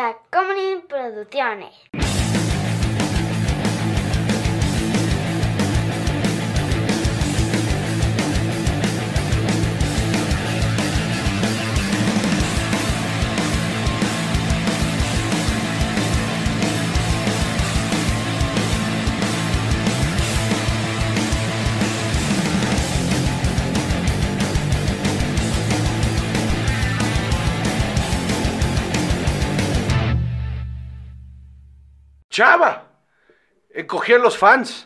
a Comedy Producciones. Chava. Encogí a los fans.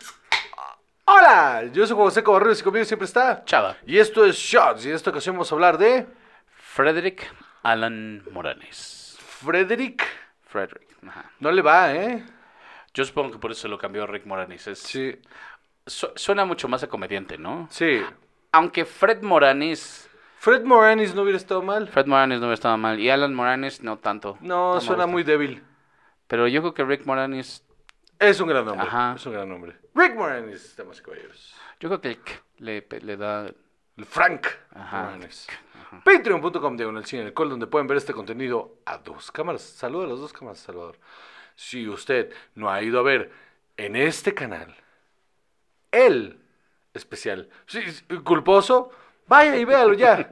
Hola, yo soy José Cabarrero y conmigo siempre está. Chava. Y esto es Shots y en esta ocasión vamos a hablar de Frederick Alan Morales. Frederick. Frederick. Ajá. No le va, ¿eh? Yo supongo que por eso lo cambió Rick Moranis. Es- Sí, su- suena mucho más a comediante, ¿no? sí. Aunque Fred Moranis. Fred Moranis no hubiera estado mal. Fred Moranis no me estaba mal. Y Alan Moranis no tanto. No, me suena gusta. muy débil. Pero yo creo que Rick Moranis. Es un gran nombre. Ajá. Es un gran nombre. Rick Moranis, damas y caballeros. Yo creo que el k le, le da. El Frank Ajá. Moranis. Patreon.com de el cine en el col, donde pueden ver este contenido a dos cámaras. Saluda a las dos cámaras, Salvador. Si usted no ha ido a ver en este canal el especial sí, sí, culposo, vaya y véalo ya.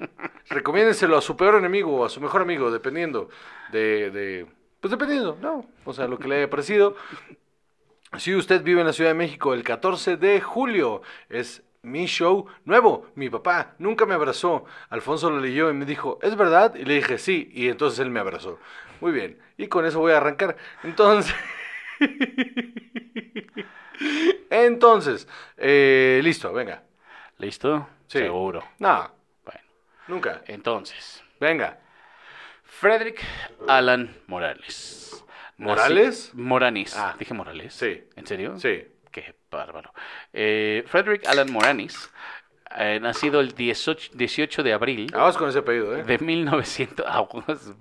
Recomiéndenselo a su peor enemigo o a su mejor amigo, dependiendo de, de- Pues dependiendo, ¿no? O sea, lo que le haya parecido. Si usted vive en la Ciudad de México, el 14 de julio es mi show nuevo. Mi papá nunca me abrazó. Alfonso lo leyó y me dijo, ¿es verdad? Y le dije, sí. Y entonces él me abrazó. Muy bien. Y con eso voy a arrancar. Entonces... entonces, eh, listo, venga. ¿Listo? Sí. Seguro. No, Bueno. nunca. Entonces. Venga. Frederick Alan Morales. ¿Morales? Nací- Moranis. Ah. Dije Morales. Sí. ¿En serio? Sí. Qué bárbaro. Eh, Frederick Alan Moranis, eh, nacido el 18, 18 de abril Vamos con ese apellido, ¿eh? de 1900. Ah, guas-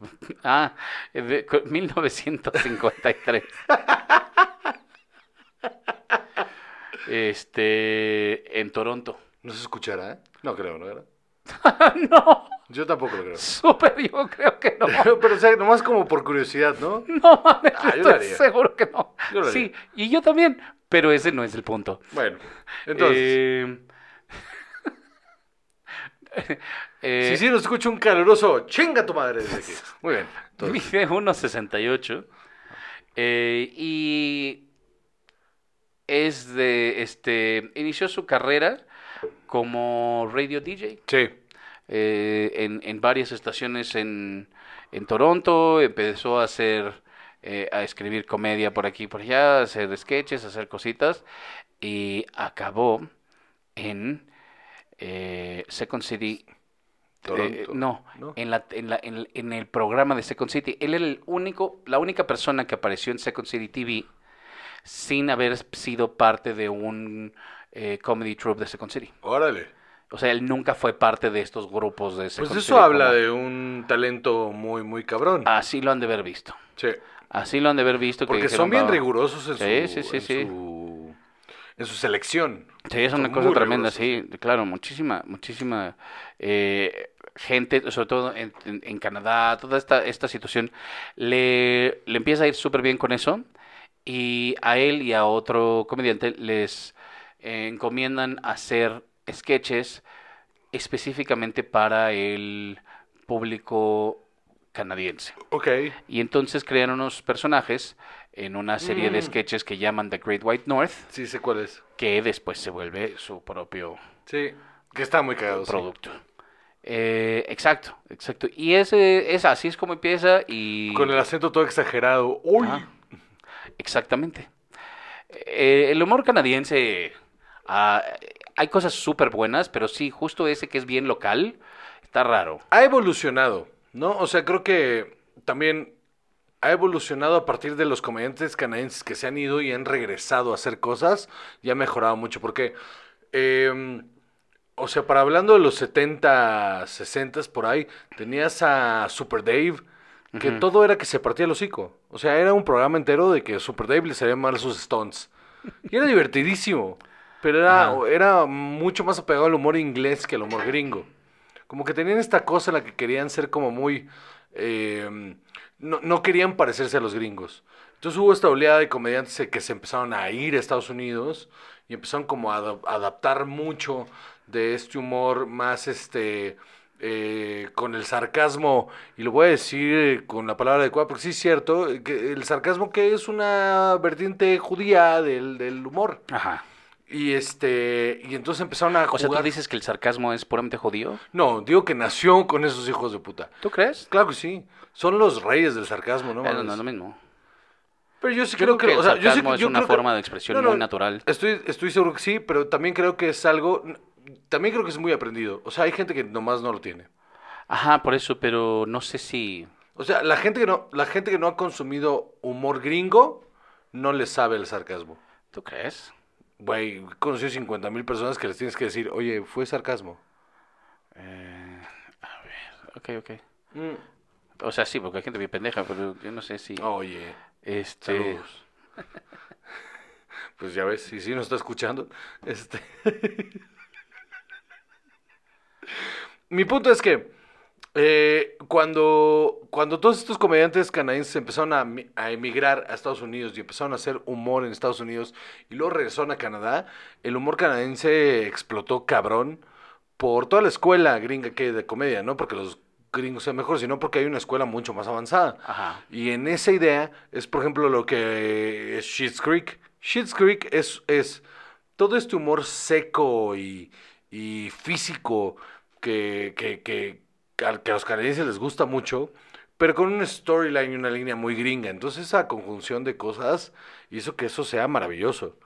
ah, de co- 1953. Este, en Toronto. No se escuchará, ¿eh? No creo, ¿no? ¿verdad? No, Yo tampoco lo creo. súper, yo creo que no. Pero, o sea, nomás como por curiosidad, ¿no? No mames, Ah, yo lo estoy haría. seguro que no. Yo lo haría. Sí, y yo también, pero ese no es el punto. Bueno, entonces... Eh, eh, Si sí, no escucho un caluroso, chinga tu madre desde aquí. Muy bien. Entonces, Mide 1.68. eh, y es de. Este. Inició su carrera como radio DJ. sí. eh, en, en varias estaciones en, en Toronto. Empezó a hacer. eh, a escribir comedia por aquí y por allá. A hacer sketches, a hacer cositas. Y acabó en. eh, Second City eh, Toronto. no, ¿no? En, la, en, la- en el- en el programa de Second City. Él era el único, la única persona que apareció en Second City TV sin haber sido parte de un eh, comedy troupe de Second City. Órale. O sea, él nunca fue parte de estos grupos de Second Pues City. eso habla como- Ah, de un talento muy, muy cabrón. Así lo han de haber visto. Sí. Así lo han de haber visto. que Porque dijeron, son bien "Va". rigurosos en Sí, su... sí, sí, en sí. su- en su selección. Sí, es Son una cosa muy tremenda, rigurosos. sí, claro, muchísima, muchísima eh, gente, sobre todo en, en- en Canadá, toda esta, esta situación, le, le empieza a ir súper bien con eso y a él y a otro comediante les eh, encomiendan hacer sketches específicamente para el público canadiense. Ok. Y entonces crean unos personajes en una serie de Mm. sketches que llaman The Great White North Sí, sé cuál es. que después se vuelve su propio Sí. Que está muy cagado. sí. producto. Eh, exacto, exacto. Y ese es así es como empieza y Con el acento todo exagerado. ¡Uy! Ajá. exactamente. Eh, el humor canadiense ah, hay cosas súper buenas, pero sí justo ese que es bien local está raro. ha evolucionado, ¿no? O sea, creo que también ha evolucionado a partir de los comediantes canadienses que se han ido y han regresado a hacer cosas y ha mejorado mucho. Porque, eh, o sea, para hablando de los 70, 60 por ahí, tenías a Super Dave. Que Ujú. todo era que se partía el hocico. O sea, era un programa entero de que Super Dave le salían mal sus stunts. Y era divertidísimo. Pero era, Ajá. era mucho más apegado al humor inglés que al humor gringo. Como que tenían esta cosa en la que querían ser como muy... eh, no, no querían parecerse a los gringos. Entonces hubo esta oleada de comediantes que se empezaron a ir a Estados Unidos y empezaron como a ada- a adaptar mucho de este humor más este eh, con el sarcasmo y lo voy a decir con la palabra adecuada porque sí es cierto que el sarcasmo que es una vertiente judía del, del humor Ajá. y este y entonces empezaron a O sea, tú jugar- dices que el sarcasmo es puramente judío. no digo que nació con esos hijos de puta ¿Tú crees? claro que sí son los reyes del sarcasmo no Eh, No, mames. no es lo mismo. Pero yo sí Yo creo creo que, que el o sea, yo sí- sarcasmo es yo una creo que- forma de expresión muy natural. Estoy, estoy seguro que sí, pero también creo que es algo, también creo que es muy aprendido. O sea, hay gente que nomás no lo tiene. Ajá, por eso, pero no sé si. O sea, la gente que no, la gente que no ha consumido humor gringo no le sabe el sarcasmo. ¿Tú crees? Güey, he conocido 50 mil personas que les tienes que decir, oye, fue sarcasmo. Eh, Ok, ok. Mm, O sea, sí, porque hay gente bien pendeja, pero yo no sé si. Oye, Este. Oh, saludos. pues ya ves, si sí nos está escuchando. Este. Mi punto es que eh, cuando, cuando todos estos comediantes canadienses empezaron a, mi- a emigrar a Estados Unidos y empezaron a hacer humor en Estados Unidos y luego regresaron a Canadá, el humor canadiense explotó cabrón por toda la escuela gringa que hay de comedia, no porque los gringos sean mejores, sino porque hay una escuela mucho más avanzada. Ajá. Y en esa idea es, por ejemplo, lo que es Schitt's Creek. Schitt's Creek es, es todo este humor seco y, y físico que, que, que, al- que a los canadienses les gusta mucho, pero con una storyline y una línea muy gringa. Entonces esa conjunción de cosas hizo que eso sea maravilloso.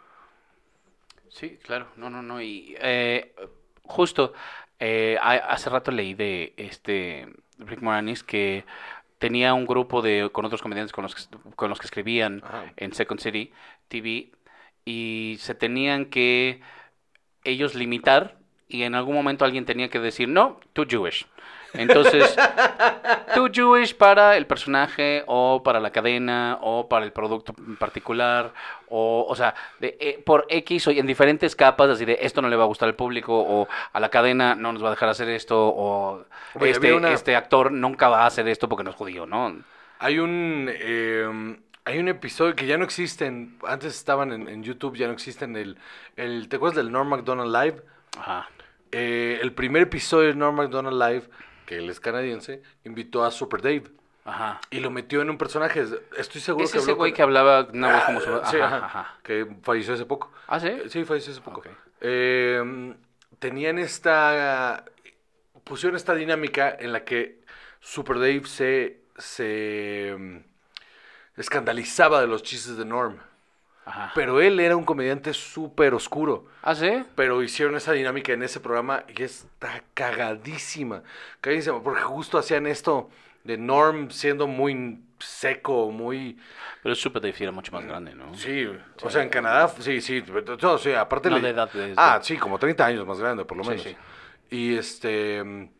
Sí, claro, no, no, no. Y eh, justo, eh, ha- hace rato leí de este Rick Moranis que tenía un grupo de con otros comediantes con los que, con los que escribían Ajá. en Second City TV y se tenían que ellos limitar y en algún momento alguien tenía que decir, no, tú Jewish. Entonces, tú Jewish para el personaje o para la cadena o para el producto en particular o, o sea, de, eh, por X o en diferentes capas, así de esto no le va a gustar al público o a la cadena no nos va a dejar hacer esto o Oye, este, había una- este actor nunca va a hacer esto porque no es judío, ¿no? Hay un eh, hay un episodio que ya no existen, antes estaban en, en YouTube, ya no existen el, el ¿te acuerdas del Norm Macdonald Live? Ajá. Eh, el primer episodio de Norm MacDonald Live, que él es canadiense, invitó a Super Dave Ajá. y lo metió en un personaje. Estoy seguro Es que ese habló güey con- que hablaba una voz Ah, como su... Ajá, sí, ajá, ajá, ajá. Que falleció hace poco. ¿Ah, sí? Eh, Sí, falleció hace poco. Ok. Eh, tenían esta. Pusieron esta dinámica en la que Super Dave se. se mm, escandalizaba de los chistes de Norm. Ajá. Pero él era un comediante súper oscuro. ¿Ah, sí? Pero hicieron esa dinámica en ese programa y está cagadísima. Cagadísima, porque justo hacían esto de Norm siendo muy seco, muy... Pero Super Dave sí era mucho más grande, ¿no? Sí, o sea, en Canadá, sí, sí, pero- no, sí, aparte... No, le- de edad, de- ah, sí, como 30 años más grande, por lo Sí, menos. sí. Y este...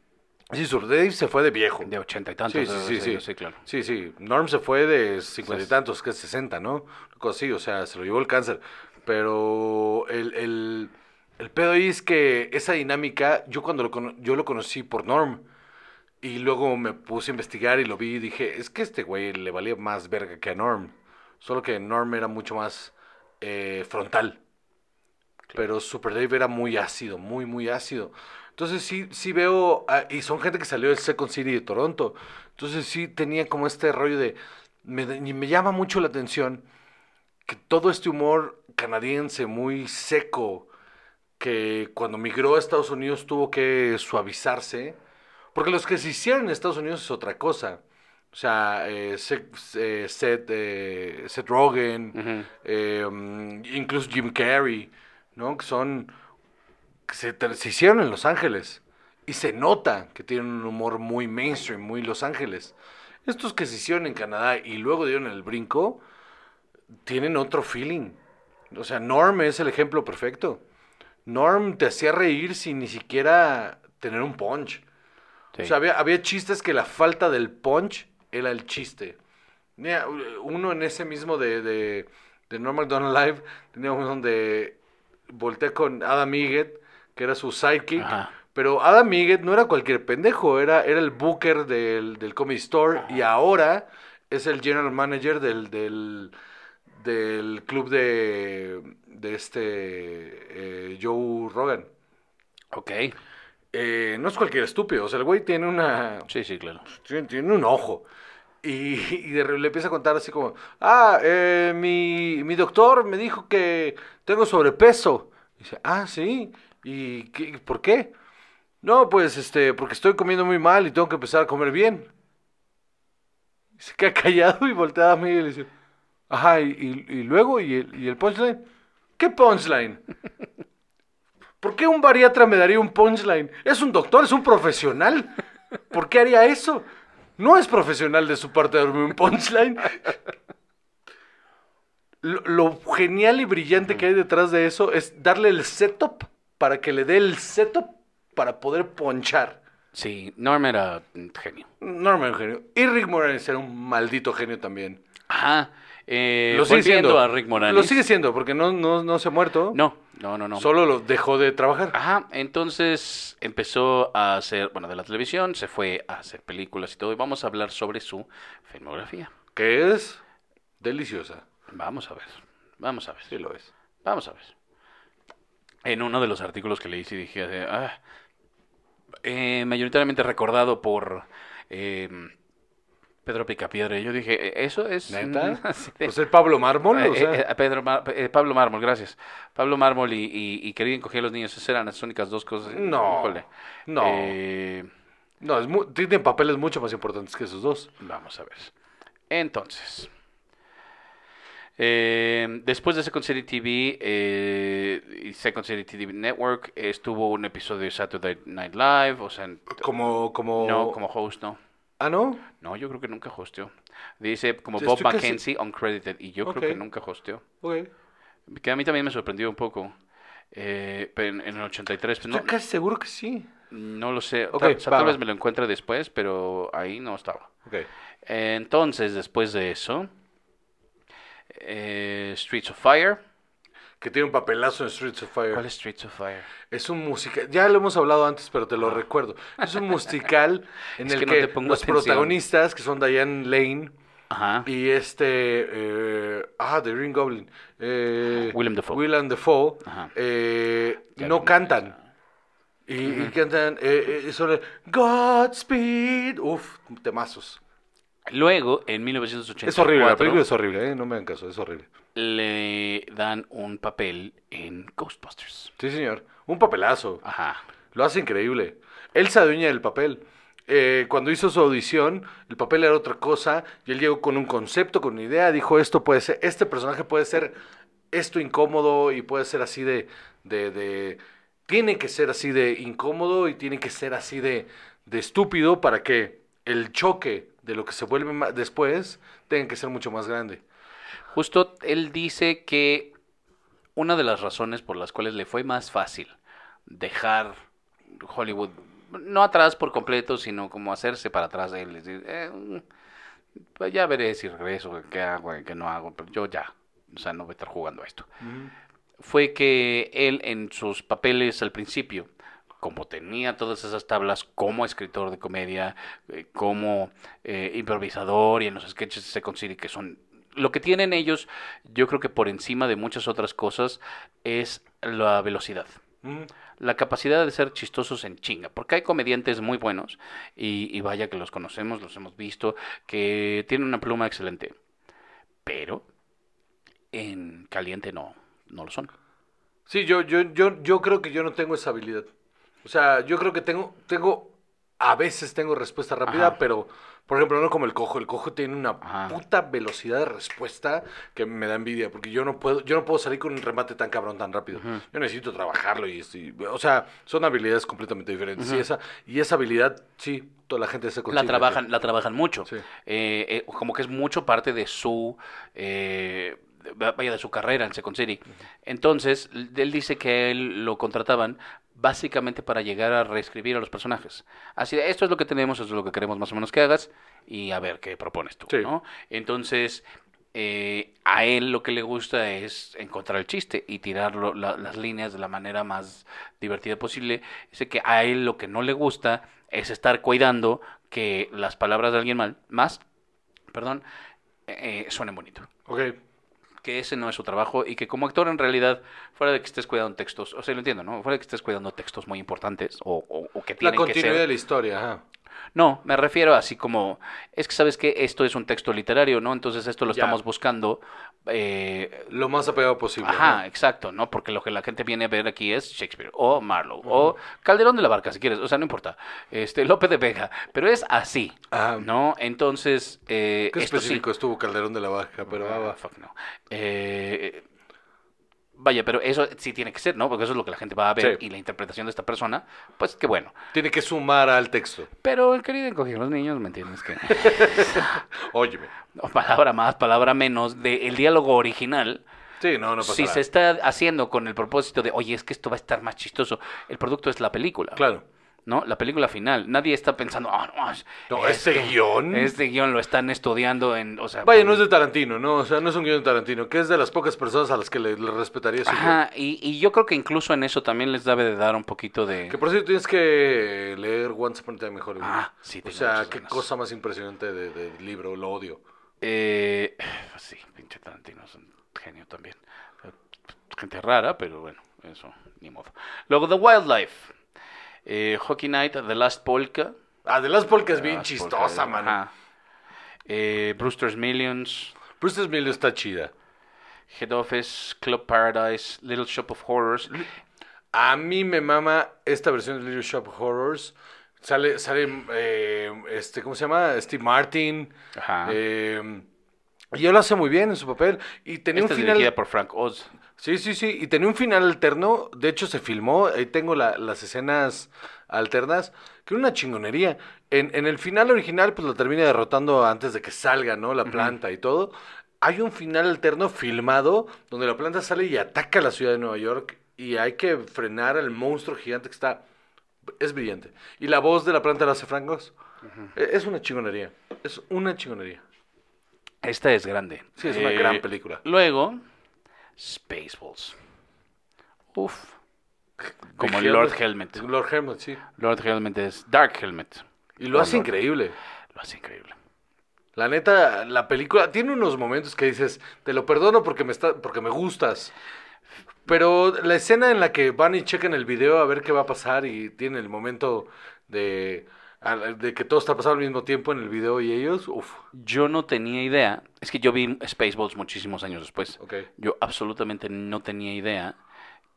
Sí, Sur Dave se fue de viejo. De ochenta y tantos. Sí, sí, sí, sí. claro. Sí, sí. Norm se fue de cincuenta y Sí. tantos, que es sesenta, ¿no? Una cosa así, o sea, se lo llevó el cáncer. Pero el, el, el pedo ahí es que esa dinámica, yo cuando lo, cono- yo lo conocí por Norm, y luego me puse a investigar y lo vi y dije, es que este güey le valía más verga que a Norm. Solo que Norm era mucho más eh, frontal. Pero Super Dave era muy ácido, muy, muy ácido. Entonces sí, sí veo, ah, y son gente que salió del Second City de Toronto. Entonces sí tenía como este rollo de, me, da- y me llama mucho la atención que todo este humor canadiense muy seco, que cuando migró a Estados Unidos tuvo que suavizarse, porque los que se hicieron en Estados Unidos es otra cosa. O sea, eh, Seth, eh, Seth, eh, Seth Rogen, Ujú. eh, mm, incluso Jim Carrey, ¿no? Que son, que se, tra- se hicieron en Los Ángeles y se nota que tienen un humor muy mainstream, muy Los Ángeles. Estos que se hicieron en Canadá y luego dieron el brinco, tienen otro feeling. O sea, Norm es el ejemplo perfecto. Norm te hacía reír sin ni siquiera tener un punch. Sí. O sea, había, había chistes que la falta del punch era el chiste. Mira, uno en ese mismo de, de, de Norm MacDonald Live, teníamos donde volteé con Adam Eaget, que era su sidekick. Ajá. Pero Adam Eaget no era cualquier pendejo, era, era el booker del, del Comedy Store y ahora es el general manager del, del, del club de, de este eh, Joe Rogan. Ok. Eh, no es cualquier estúpido, o sea, el güey tiene una, Sí, sí, claro. tiene, tiene un ojo. Y, y de re- le empieza a contar así como, ah, eh, mi, mi doctor me dijo que tengo sobrepeso. Y dice, ah, sí, ¿y qué- por qué? No, pues, este, porque estoy comiendo muy mal y tengo que empezar a comer bien. Y se queda callado y voltea a mí y le dice, ajá, y, y- y luego, ¿y el, y el punchline? ¿Qué punchline? ¿Por qué un bariatra me daría un punchline? Es un doctor, es un profesional. ¿Por qué haría eso? No es profesional de su parte darme un punchline. Lo, lo genial y brillante que hay detrás de eso es darle el setup para que le dé el setup para poder ponchar. Sí, Norm era un genio. Norman era un genio. Y Rick Moranis era un maldito genio también. Ajá. Eh, lo sigue volviendo siendo. a Rick Moranis. Lo sigue siendo porque no, no, no se ha muerto. No, no, no, Ah. no. Solo lo dejó de trabajar. Ajá, entonces empezó a hacer, bueno, de la televisión, se fue a hacer películas y todo, y vamos a hablar sobre su filmografía. Que es deliciosa. Vamos a ver, vamos a ver, Sí lo es. vamos a ver. En uno de los artículos que leí, sí dije, eh, ah, eh, mayoritariamente recordado por eh, Pedro Picapiedra, y yo dije, "Eh, ¿eso es? ¿Neta? Así de- Pues es Pablo Mármol. o Eh, sea. eh, Pedro Mar- eh, Pablo Mármol, gracias. Pablo Mármol y, y, y querían coger a los niños, esas eran las únicas dos cosas. No, Híjole. no. Eh, No, es mu- tienen papeles mucho más importantes que esos dos. Vamos a ver. Entonces. eh, después de Second City TV eh, y Second City TV Network, eh, estuvo un episodio de Saturday Night Live. O sea, en- Como, como... no como host, no. Ah, ¿no? No, yo creo que nunca hosteó. Dice como Sí, Bob estoy casi- Mackenzie, uncredited, y yo Ok. creo que nunca hosteó. Ok. Que a mí también me sorprendió un poco. Eh, pero en, en el 83, pues, no, Estoy casi seguro que sí. no lo sé. Ok, tal, o sea, va, tal va. vez me lo encuentre después, pero ahí no estaba. Ok. Entonces, después de eso, eh, Streets of Fire. Que tiene un papelazo en Streets of Fire. ¿Cuál es Streets of Fire? Es un musical, ya lo hemos hablado antes, pero te lo recuerdo. Es un musical en Ah. Es el que que, no te pongo los atención. protagonistas, que son Diane Lane Ajá. y este, eh, ah, The Green Goblin, eh, Willem Dafoe. Willem Dafoe, Ajá. eh, Ya no vimos cantan. Y, y cantan, eh, eh, solo Godspeed, uff, temazos. Luego, en 1984, Es horrible, la película es horrible, eh, no me hagan caso, es horrible. le dan un papel en Ghostbusters. Sí, señor, un papelazo. Ajá. Lo hace increíble. Él se adueña del papel. Eh, cuando hizo su audición, el papel era otra cosa y él llegó con un concepto, con una idea, dijo esto puede ser, este personaje puede ser esto incómodo y puede ser así de, de, de- tiene que ser así de incómodo y tiene que ser así de, de estúpido para que el choque de lo que se vuelve ma- después tenga que ser mucho más grande. Justo él dice que una de las razones por las cuales le fue más fácil dejar Hollywood, no atrás por completo, sino como hacerse para atrás de él, decir, "Eh, mm, pues ya veré si regreso, qué hago, qué no hago, pero yo ya, o sea, no voy a estar jugando a esto. Fue que él en sus papeles al principio, como tenía todas esas tablas como escritor de comedia, eh, como eh, improvisador y en los sketches de Second City, que son lo que tienen ellos, yo creo que por encima de muchas otras cosas, es la velocidad. Ujú. La capacidad de ser chistosos en chinga, porque hay comediantes muy buenos y, y vaya que los conocemos, los hemos visto, que tienen una pluma excelente, pero en caliente no, no lo son. Sí, yo, yo, yo, yo creo que yo no tengo esa habilidad. O sea, yo creo que tengo, tengo, a veces tengo respuesta rápida, Ajá. pero, por ejemplo, no como el cojo. El cojo tiene una Ajá. puta velocidad de respuesta que me da envidia, porque yo no puedo, yo no puedo salir con un remate tan cabrón tan rápido. Yo necesito trabajarlo y, sí, o sea, son habilidades completamente diferentes. Y esa, y esa habilidad, sí, toda la gente se consigue. La trabajan, la trabajan mucho. Sí. Eh, eh, como que es mucho parte de su eh, de- vaya de su carrera en Second City. Entonces, l- él dice que él lo contrataban básicamente para llegar a reescribir a los personajes. Así de, esto es lo que tenemos, esto es lo que queremos más o menos que hagas y a ver qué propones tú, Sí. ¿no? Entonces, eh, a él lo que le gusta es encontrar el chiste y tirar lo- la- las líneas de la manera más divertida posible. Dice que a él lo que no le gusta es estar cuidando que las palabras de alguien mal, más perdón, eh, suenen bonito. Ok. Que ese no es su trabajo y que como actor en realidad, fuera de que estés cuidando textos, o sea, lo entiendo, ¿no? Fuera de que estés cuidando textos muy importantes o, o- o que La tienen que continuidad ser... de la historia, ajá. No, me refiero así como, es que sabes que esto es un texto literario, ¿no? Entonces esto lo Ya. estamos buscando. eh, Lo más apegado posible. ajá, ¿no? exacto, ¿no? Porque lo que la gente viene a ver aquí es Shakespeare o Marlowe o Calderón de la Barca, si quieres, o sea, no importa. Este, López de Vega, pero es así, Ajá. ¿no? Entonces, eh, Qué esto sí. específico estuvo Calderón de la Baja, pero Ah, ah, va. fuck no. Eh, vaya, pero eso sí tiene que ser, ¿no? Porque eso es lo que la gente va a ver Sí. y la interpretación de esta persona, pues qué bueno. Tiene que sumar al texto. Pero el querido encogió a los niños, ¿me entiendes? Que... Óyeme. o palabra más, palabra menos, del diálogo original, Sí, no, no pasa si nada. se está haciendo con el propósito de, oye, es que esto va a estar más chistoso, el producto es la película, Claro. ¿no? La película final. Nadie está pensando, ah, no, es- No, este guión. este guión lo están estudiando en, o sea... Vaya, pues, no es de Tarantino, no, o sea, no es un guión de Tarantino, que es de las pocas personas a las que le, le respetaría su guión. Ajá, y, y yo creo que incluso en eso también les debe de dar un poquito de... Que por cierto tienes que leer Once Upon a Time in Hollywood. Ah, sí, O tengo sea, muchas qué ganas. cosa más impresionante de- de- del libro, lo odio. Eh, pues sí, pinche Tarantino es un genio también. Gente rara, pero bueno, eso, ni modo. Luego, The Wildlife. Eh, Hockey Night, The Last Polka. Ah, de las polcas The bien Last chistosa, Polka, mano. ajá. Eh, Brewster's Millions, Bruce Smith está chida. Head Office, Club Paradise, Little Shop of Horrors. A mí me mama esta versión de Little Shop of Horrors. Sale, sale, eh, este, ¿cómo se llama? Steve Martin. Ajá. Eh, y él lo hace muy bien en su papel. Y tenía Esta un es final. dirigida por Frank Oz. Sí, sí, sí. Y tenía un final alterno. De hecho, se filmó. Ahí tengo la- las escenas alternas. Que era una chingonería. En, en el final original, pues lo termina derrotando antes de que salga, ¿no? La planta y todo. Hay un final alterno filmado donde la planta sale y ataca la ciudad de Nueva York. Y hay que frenar al monstruo gigante que está. Es brillante. Y la voz de la planta la hace francos. Es una chingonería. Es una chingonería. Esta es grande. Sí, es una Eh, gran película. Luego, Spaceballs. Uf. Como De Lord Helmet. Lord Helmet, sí. Lord Helmet es Dark Helmet. Y lo hace Lord. increíble. Lo hace increíble. La neta, la película tiene unos momentos que dices, te lo perdono porque me está, porque me gustas. Pero la escena en la que van y checan el video a ver qué va a pasar y tiene el momento de, al- de que todo está pasando al mismo tiempo en el video y ellos, uff, Yo no tenía idea. Es que yo vi Spaceballs muchísimos años después. ok. Yo absolutamente no tenía idea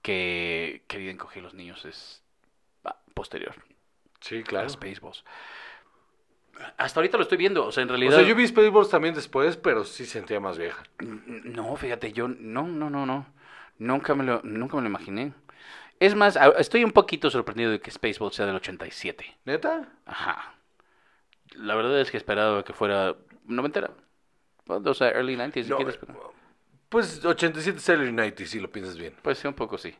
que Querida Encogí los Niños es ah, posterior Sí, a claro. Spaceballs. Hasta ahorita lo estoy viendo. O sea, en O realidad. sea, yo vi Spaceballs también después, pero sí sentía más vieja. No, fíjate, yo no, no, no, no. Nunca me lo, nunca me lo imaginé. Es más, a- estoy un poquito sorprendido de que Spaceballs sea del 87. ¿Neta? Ajá. La verdad es que esperaba que fuera noventera. Bueno, O sea, early 90s. si No, quieres, eh, pero- Pues 87 es el United, si lo piensas bien. Pues sí, un poco sí.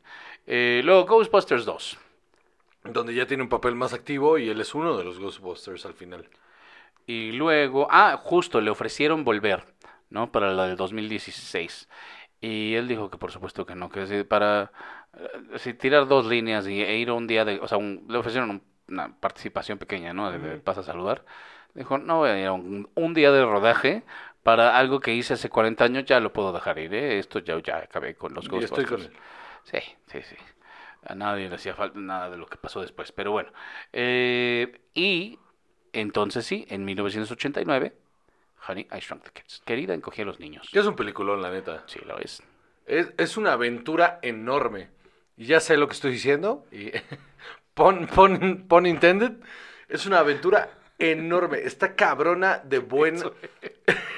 Eh, luego, Ghostbusters 2. Donde ya tiene un papel más activo y él es uno de los Ghostbusters al final. Y luego, ah, justo, le ofrecieron volver, ¿no? Para la del 2016. Y él dijo que por supuesto que no, que si para eh, si tirar dos líneas y, e ir un día de, o sea, un- le ofrecieron un- una participación pequeña, ¿no? De, de pasa a saludar. Dijo, no voy a ir a un, un día de rodaje para algo que hice hace 40 años, ya lo puedo dejar ir, ¿eh? Esto ya, ya acabé con los Y estoy Ghostbusters. con él. Sí, sí, sí. A nadie le hacía falta nada de lo que pasó después, pero bueno. Eh, y entonces sí, en 1989, Honey, I Shrunk the Kids. Querida, encogí a los niños. Que es un peliculón, la neta. Sí, lo es. Es, es una aventura enorme. Y ya sé lo que estoy diciendo. Y pon, pon, pon intended. Es una aventura enorme. Está cabrona de buena.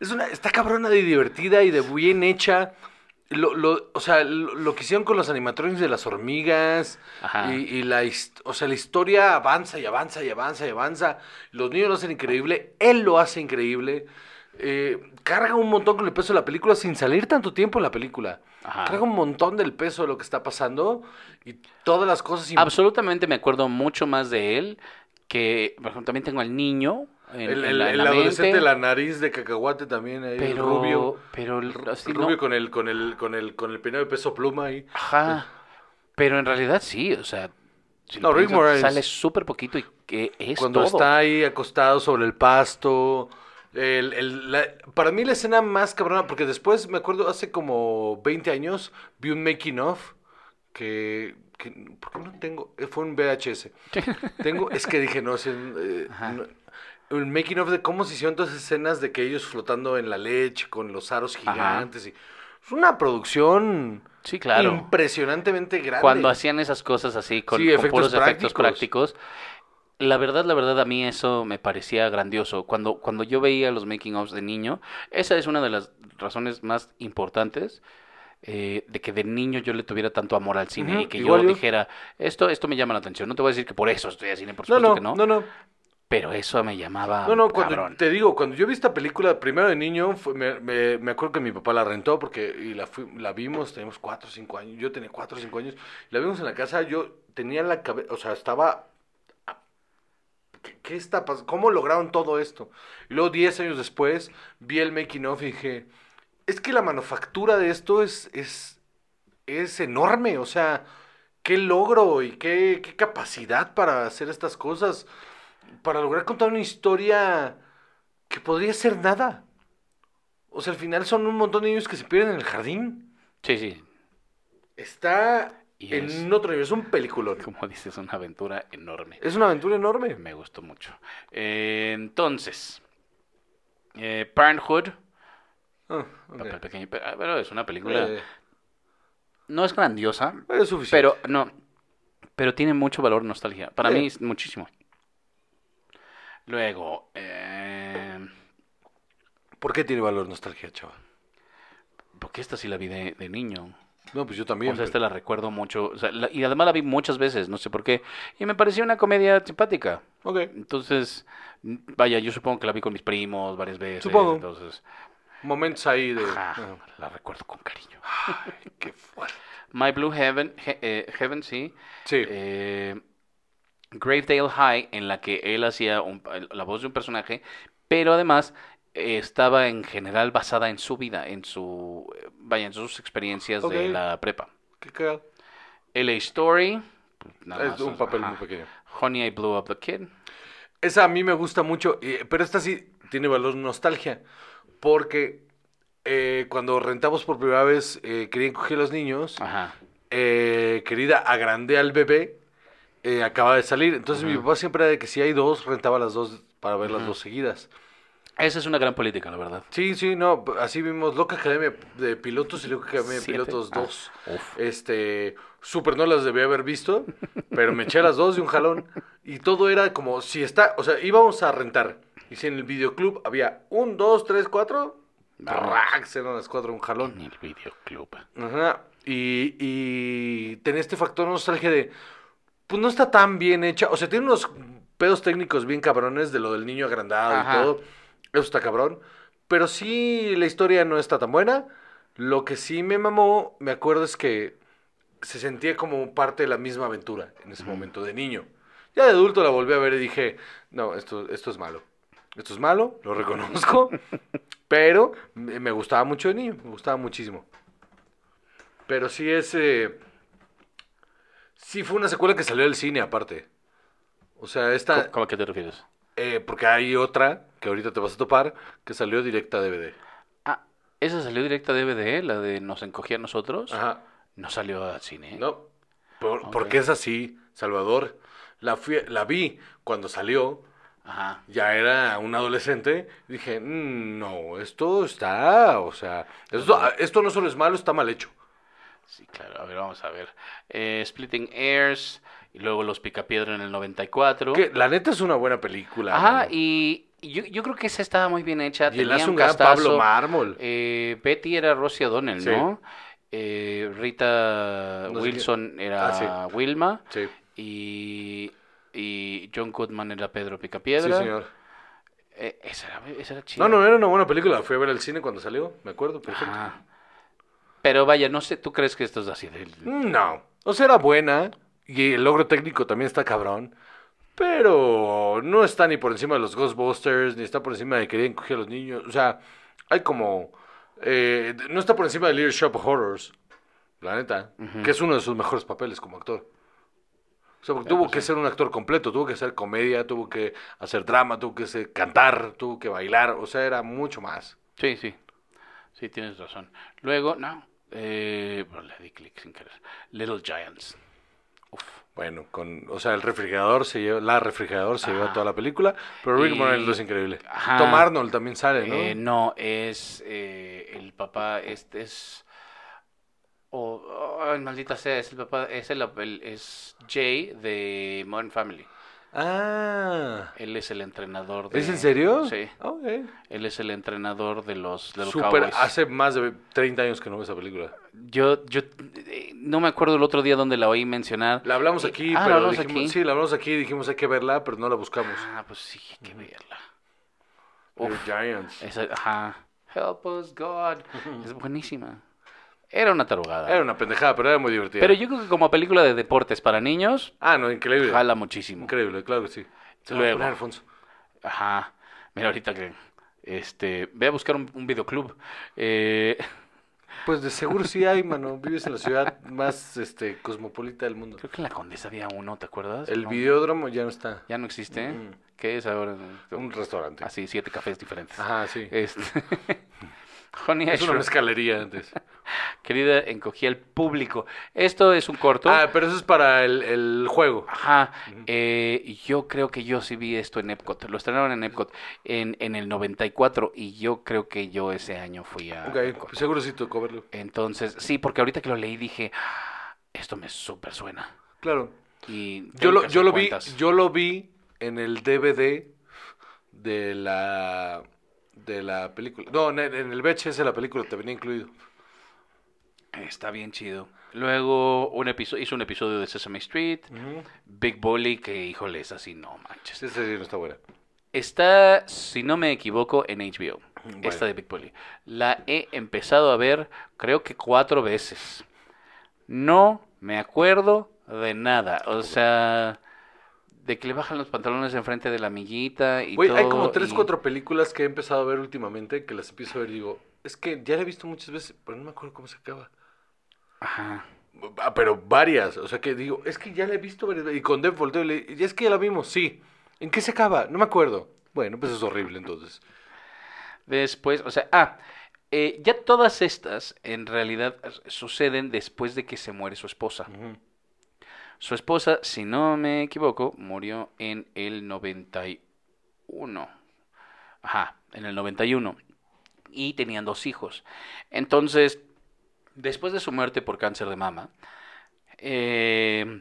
es una, está cabrona de divertida y de bien hecha. Lo, lo- o sea, lo, lo que hicieron con los animatronics de las hormigas. Ajá. Y, y la, his- o sea, la historia avanza y avanza y avanza y avanza. Los niños lo hacen increíble. Él lo hace increíble. Eh, carga un montón con el peso de la película sin salir tanto tiempo en la película. Ajá. Carga un montón del peso de lo que está pasando y todas las cosas. im- Absolutamente me acuerdo mucho más de él que, por ejemplo, también tengo al niño. en- El, el- en la- en el la adolescente, mente, la nariz de cacahuate también, ahí, el pero, rubio. Pero El así no. rubio con el con el con el con el peinado de peso pluma ahí. Ajá. Pero en realidad sí, o sea. si lo No, Rick piensas, Moranis. sale súper poquito y que es Cuando todo. está ahí acostado sobre el pasto, El- el- la- para mí la escena más cabrona, porque después me acuerdo hace como 20 años vi un making of que, que ¿por qué no tengo? Eh, Fue un VHS. tengo, es que dije, no, es un, eh, Ajá. no- un making of de cómo se hicieron todas esas escenas de que ellos flotando en la leche con los aros Ajá. gigantes. Y, es una producción Sí, claro. impresionantemente grande. Cuando hacían esas cosas así con, Sí, con efectos puros efectos prácticos. La verdad, la verdad, a mí eso me parecía grandioso. Cuando, cuando yo veía los making ofs de niño, esa es una de las razones más importantes eh, de que de niño yo le tuviera tanto amor al cine Ujú, y que yo, igual yo. dijera, esto, esto me llama la atención. No te voy a decir que por eso estoy al cine, por no, supuesto no, que no, no, no. pero eso me llamaba No, no, cuando cabrón. te digo, cuando yo vi esta película, primero de niño, fue- me, me- me acuerdo que mi papá la rentó porque y la, fui- la vimos, teníamos 4 o 5 años, yo tenía 4 o 5 años, la vimos en la casa, yo tenía la cabeza, o sea, estaba... ah, ¿Qué, qué está pasando? ¿Cómo lograron todo esto? Y luego 10 años después vi el making of y dije, es que la manufactura de esto es, es, es enorme, o sea, qué logro y qué, qué capacidad para hacer estas cosas, para lograr contar una historia que podría ser nada. O sea, al final son un montón de niños que se pierden en el jardín. Sí, sí, Está Y es- en otro nivel, es un peliculón. como Mm. dices, una aventura enorme. Es una aventura enorme. Me gustó mucho. Eh, entonces, eh, Parenthood, Ah, ok. papel pequeño, pe- ah, pero es una película. Eh, No es grandiosa, es suficiente. pero no. Pero tiene mucho valor nostalgia. Para Sí. mí es muchísimo. Luego, eh, ¿Por qué tiene valor nostalgia, chaval? porque esta sí la vi de, de niño. No, pues yo también. o sea, esta pero- la recuerdo mucho. o sea, la- y además la vi muchas veces, no sé por qué. Y me pareció una comedia simpática. este- Ok, Entonces, mm, vaya, yo supongo que la vi con mis primos varias veces. Supongo. Entonces, momentos ahí de... ajá, Ah, la recuerdo con cariño. qué fuerte. My Blue Heaven, he- eh, Heaven sí. Sí. Eh, Gravedale High, en la que él hacía un- la voz de un personaje, pero además eh, estaba en general basada en su vida, en su eh, vaya, en sus experiencias de Ok. la prepa. qué cagado. LA Story, pues, nada Es más, un papel ajá. muy pequeño. Honey I Blew Up the Kid. Esa a mí me gusta mucho, eh, pero esta sí tiene valor nostalgia, porque eh, cuando rentamos por primera vez, eh, querían coger a los niños, Ajá. eh, querida, agrandé al bebé, eh, acaba de salir, entonces mi Ujú. papá siempre era de que si hay dos, rentaba las dos para ver las Ujú. dos seguidas. Esa es una gran política, la verdad. Sí, sí, no, así vimos Loca Academia de Pilotos y Loca Academia de Siete. Pilotos Ah, 2. uf. Este, súper no las debía haber visto, pero me eché las dos de un jalón. Y todo era como si está, o sea, íbamos a rentar. Y si en el videoclub había un, dos, tres, cuatro, Vamos. ¡rax! eran las cuatro de un En jalón. el videoclub. Ah. Ajá. Y, y tenía este factor nostalgia de, pues no está tan bien hecha. O sea, tiene unos pedos técnicos bien cabrones de lo del niño agrandado Ajá. y todo. Eso está cabrón. Pero sí, la historia no está tan buena. Lo que sí me mamó, me acuerdo, es que se sentía como parte de la misma aventura en ese momento de niño. Ya de adulto la volví a ver y dije, no, esto, esto es malo. Esto es malo, lo reconozco. pero me me gustaba mucho de niño, me gustaba muchísimo. Pero sí es... eh, sí fue una secuela que salió del cine aparte. O sea, esta... ¿Cómo, cómo a qué te refieres? eh, porque hay otra que ahorita te vas a topar que salió directa a DVD. Ah, esa salió directa de DVD, la de Nos encogía a nosotros. Ajá. No salió al cine. ¿eh? No. Por- Ok. Porque es así, Salvador. La, fui- la vi cuando salió, Ajá. ya era un adolescente. Dije, "Mm, no, esto está, o sea, esto, esto no solo es malo, está mal hecho. Sí, claro. A ver, vamos a ver. Eh, Splitting Airs y luego Los Picapiedra en el 94. Que la neta es una buena película. Ajá, mano. y y yo, yo creo que esa estaba muy bien hecha. y el Tenía hace un, un gran Pablo castazo. Mármol. Eh, Betty era Rosie O'Donnell, Sí. ¿no? Eh, Rita No sé Wilson era Ah, Wilma sí, y, y John Goodman era Pedro sí, Picapiedra. señor. Eh, esa, era, esa era chida. No, no, era una buena película. Fui a ver al cine cuando salió, me acuerdo perfecto. Ajá. Pero vaya, no sé, ¿tú crees que esto es así del- No. O sea, era buena. Y el logro técnico también está cabrón. Pero no está ni por encima de los Ghostbusters, ni está por encima de querían coger a los niños. O sea, hay como. eh, no está por encima de Little Shop of Horrors, la neta, que es uno de sus mejores papeles como actor. O sea, porque Ya, tuvo pues, que sí. ser un actor completo, tuvo que hacer comedia, tuvo que hacer drama, tuvo que ser- cantar, tuvo que bailar, o sea, era mucho más. Sí, sí. Sí, tienes razón. Luego, no. Eh, bueno, le di clic sin querer. Little Giants. Uf. Bueno, con, o sea, el refrigerador se lleva, la refrigerador se lleva Ajá. toda la película, pero Rick Y- Moranis lo es increíble. Ajá. Tom Arnold también sale, ¿no? Eh, no, es eh, el papá, este es... o ay, maldita sea, es el papá, es el, el- es Jay de Modern Family. Ah, Él es el entrenador de... ¿es en serio? Sí, Ah, ok. él es el entrenador de los, de los Súper, Cowboys. hace más de 30 años que no veo esa película. Yo, yo eh, no me acuerdo el otro día donde la oí mencionar. La hablamos Eh, aquí, ah, la pero hablamos dijimos, aquí. sí, la hablamos aquí, dijimos hay que verla, pero no la buscamos. Ah, pues sí, hay que verla. The Uf. Giants. Esa, ajá. Help us, God. Es buenísima. Era una tarugada. Era una pendejada, pero era muy divertida. Pero yo creo que como película de deportes para niños, Ah, no, increíble. jala muchísimo. Increíble, claro que sí. Se Luego. va a poner, Alfonso. Ajá. Mira, ahorita que. Este. Ve a buscar un, un videoclub. Eh, Pues de seguro sí hay, mano. Vives en la ciudad más este, cosmopolita del mundo. creo que en la Condesa había uno, ¿te acuerdas? El No, videódromo ya no está. Ya no existe. Mm. ¿Qué es ahora? Un restaurante. Así, siete cafés diferentes. Ajá, sí. Este. Honey, I Ah. Es una Shrunk- mezcalería antes. querida, encogí al público. Esto es un corto. Ah, pero eso es para el, el juego. Ajá, eh, y yo creo que yo sí vi esto en Epcot, lo estrenaron en Epcot en, en el 94 y yo creo que yo ese año fui a Ok, pues Epcot. seguro sí tocó verlo. Entonces, sí, porque ahorita que lo leí dije, "Ah, esto me súper suena. Claro. Y Yo tengo lo, yo que hacer lo vi, cuentas. yo lo vi en el DVD de la de la película. No, en, en el VHS de la película te venía incluido. Está bien chido. Luego un episodio, hizo un episodio de Sesame Street, Big Bully, que híjole, es así, no manches. Sí, esa serie no está buena. Está, si no me equivoco, en HBO. Bueno. Esta de Big Bully. La he empezado a ver, creo que cuatro veces. No me acuerdo de nada. O sea, de que le bajan los pantalones enfrente de la amiguita y Güey, hay todo, como tres, y- cuatro películas que he empezado a ver últimamente que las empiezo a ver y digo, es que ya la he visto muchas veces, pero no me acuerdo cómo se acaba. Ajá. Ah, pero varias, o sea que digo, es que ya la he visto varias veces. Y con Dev volteo y le y es que ya la vimos, sí. ¿En qué se acaba? No me acuerdo. Bueno, pues es horrible entonces. Después, o sea, ah, eh, ya todas estas en realidad eh, suceden después de que se muere su esposa. Su esposa, si no me equivoco, murió en el 91. Ajá, en el 91. Y tenían dos hijos. Entonces, después de su muerte por cáncer de mama, eh,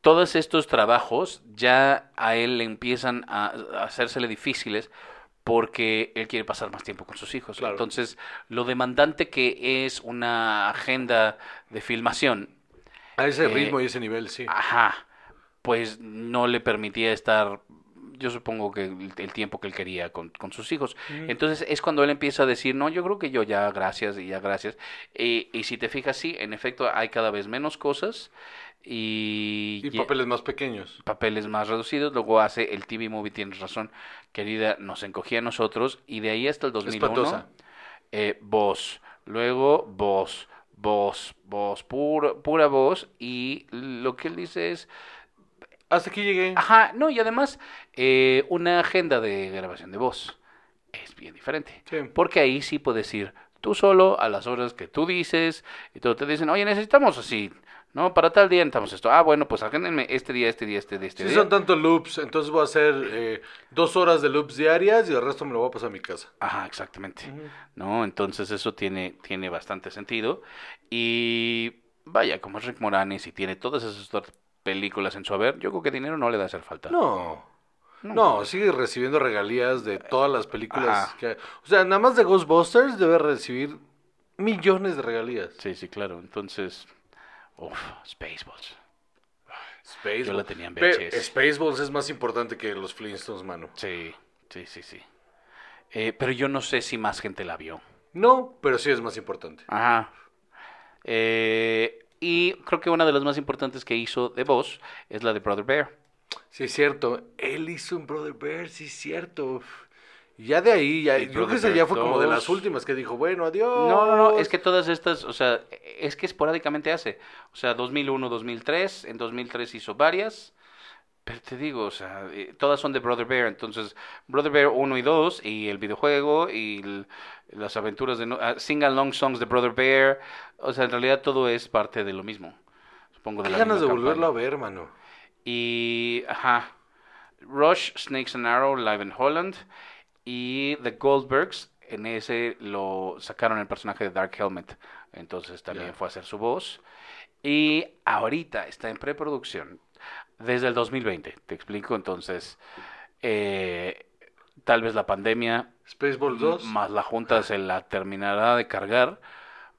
todos estos trabajos ya a él le empiezan a, a hacérsele difíciles porque él quiere pasar más tiempo con sus hijos. Claro. Entonces, lo demandante que es una agenda de filmación, A ese Eh, ah, ritmo y ese nivel, sí. Ajá. Pues no le permitía estar, yo supongo que el, el tiempo que él quería con, con sus hijos. Entonces es cuando él empieza a decir, no, yo creo que yo ya, gracias y ya, gracias. Eh, Y, y si te fijas, sí, en efecto hay cada vez menos cosas y, Y ye- papeles más pequeños. papeles más reducidos. Luego hace el TV Movie, tienes razón, querida, nos encogía a nosotros y de ahí hasta el 2001 Espantosa. eh, voz, luego voz, voz, voz, puro- pura voz y lo que él dice es, Hasta aquí llegué. ajá, no, y además eh, una agenda de grabación de voz es bien diferente, Sí. porque ahí sí puedes ir tú solo a las horas que tú dices y todo te dicen, oye, necesitamos así. No, para tal día necesitamos esto. Ah, bueno, pues agéndenme este día, este día, este día, este Si día. son tantos loops, entonces voy a hacer eh, dos horas de loops diarias y el resto me lo voy a pasar a mi casa. Ajá, exactamente. ¿no? Entonces eso tiene, tiene bastante sentido. Y vaya, como es Rick Moranis y tiene todas esas otras películas en su haber, yo creo que dinero no le da a hacer falta. No. No. No, sigue recibiendo regalías de todas las películas Ajá. que hay. O sea, nada más de Ghostbusters debe recibir millones de regalías. Sí, sí, claro. Entonces, uff, Spaceballs. Spaceballs. Yo la tenía en Pe- VHS. Spaceballs es más importante que los Flintstones, mano. Sí, sí, sí, sí. Eh, pero yo no sé si más gente la vio. No, pero sí es más importante. Ajá. Eh, y creo que una de las más importantes que hizo de voz es la de Brother Bear. Sí, es cierto. Él hizo un Brother Bear, sí, es cierto. Y ya de ahí, ya, El yo creo que esa ya fue como de productor. las últimas que dijo, bueno, adiós. No, no, no, es que todas estas, o sea, es que esporádicamente hace. O sea, 2001, 2003, en 2003 hizo varias. Pero te digo, o sea, eh, todas son de Brother Bear. Entonces, Brother Bear 1 y 2, y el videojuego, y el- las aventuras de. no- ah, Sing Along Songs de Brother Bear. O sea, en realidad todo es parte de lo mismo. Supongo de Qué la ganas de misma volverlo a campaña. ver, mano. Y. Ajá. Rush, Snakes and Arrow, Live in Holland. Y The Goldbergs. En ese lo sacaron el personaje de Dark Helmet. Entonces también Ya. fue a hacer su voz. Y ahorita está en preproducción. Desde el 2020. Te explico. Entonces. eh, tal vez la pandemia. Spaceball 2. Más la junta se la terminará de cargar.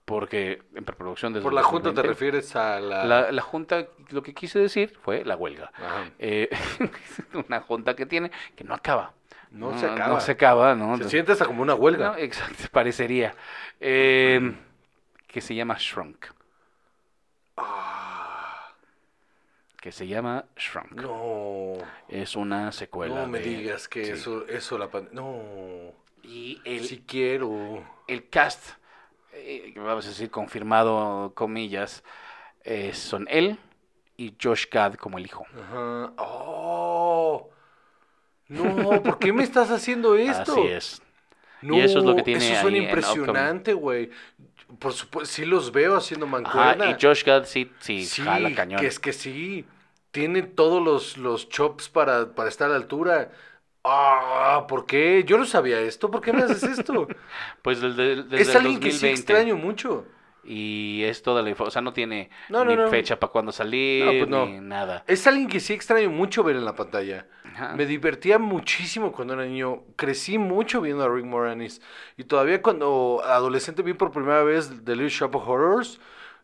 Porque en preproducción desde Por el la junta te 2020, refieres a la... La, la junta, lo que quise decir fue la huelga. Ajá. Eh, una junta que tiene que no acaba. No se acaba. No se acaba, ¿no? Se siente hasta como una huelga. No, exacto, parecería. Eh, que se llama Shrunk. Ah, Que se llama Shrunk. No, Es una secuela. no me de- digas que sí. eso, eso la pan- No, Y el, si quiero. el cast, eh, vamos a decir confirmado, comillas, eh, son él y Josh Gad como el hijo. Ajá. Oh, no, ¿por qué me estás haciendo esto? Así es. No, Y eso es lo que tiene Eso suena ahí en Outcome. impresionante, güey. Por supuesto, sí los veo haciendo Ajá, mancuerna. y Josh Gad sí, sí, sí, jala cañón. que es que sí. Tiene todos los, los chops para, para estar a la altura. Ah, ¿por qué? Yo no sabía esto. ¿Por qué me haces esto? Pues desde, el- desde es el alguien que sí 2020. extraño mucho. Y es toda la info- O sea, no tiene No, no, ni no. fecha para cuando salir, No, pues no. ni nada. Es alguien que sí extraño mucho ver en la pantalla. Ajá. Me divertía muchísimo cuando era niño. Crecí mucho viendo a Rick Moranis. Y todavía cuando adolescente vi por primera vez The Little Shop of Horrors,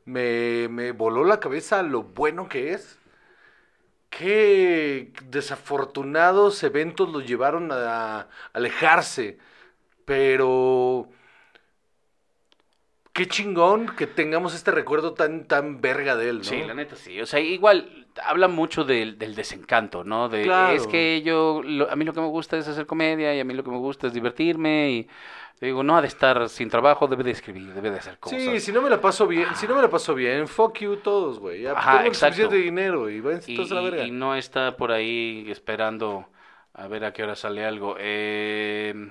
me, me voló la cabeza lo bueno que es. Qué desafortunados eventos lo llevaron a alejarse. Pero... Qué chingón que tengamos este recuerdo tan, tan verga de él, ¿no? Sí, la neta sí. O sea, igual habla mucho del, del desencanto, ¿no? De Claro. es que yo, lo- a mí lo que me gusta es hacer comedia y a mí lo que me gusta es divertirme y digo, no ha de estar sin trabajo, debe de escribir, debe de hacer cosas. Sí, si no me la paso bien, si no me la paso bien, fuck you todos, güey. Ya Ah. Ajá, tengo el exacto. suficiente dinero y váyanse y, todos a eh. la y- verga. y no está por ahí esperando a ver a qué hora sale algo. Eh,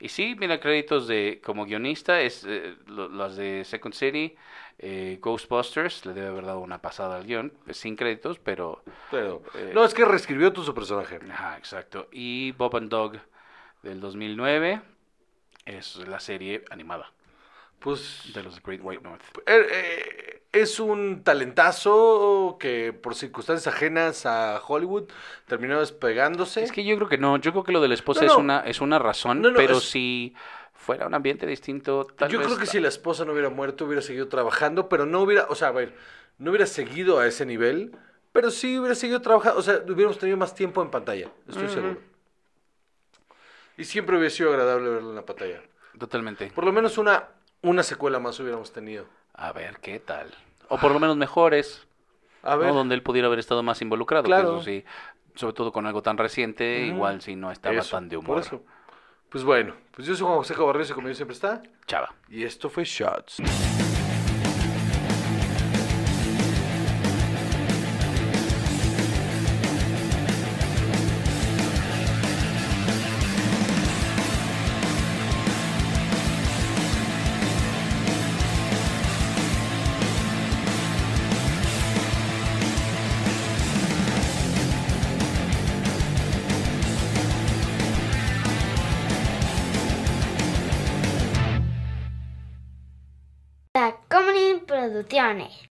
y sí, mira, créditos de como guionista, es eh, lo- las de Second City, eh, Ghostbusters, le debe haber dado una pasada al guión, pues, sin créditos, pero... Pero, eh, no, es que reescribió todo su personaje. Ajá, exacto. Y Bob and Dog del 2009 es la serie animada Pues de los Great White North. eh, eh, es un talentazo que por circunstancias ajenas a Hollywood terminó despegándose. Es que yo creo que no, yo creo que lo de la esposa No, es no. una es una razón, No, no, pero es- si fuera un ambiente distinto, tal Yo vez creo que si la esposa no hubiera muerto, hubiera seguido trabajando, pero no hubiera, o sea, a ver, no hubiera seguido a ese nivel, pero sí hubiera seguido trabajando, o sea, hubiéramos tenido más tiempo en pantalla, estoy Ujú. seguro. Y siempre hubiera sido agradable verlo en la pantalla. totalmente. Por lo menos una, una secuela más hubiéramos tenido. A ver qué tal. O por lo menos mejores, A ¿no? ver, donde él pudiera haber estado más involucrado, que Claro. eso sí, sobre todo con algo tan reciente, Ujú. igual si no estaba eso, tan de Por humor. eso. Pues bueno, pues yo soy Juan José Cabarrés y conmigo siempre está. Chava. Y esto fue Shots. Tacomunin Producciones.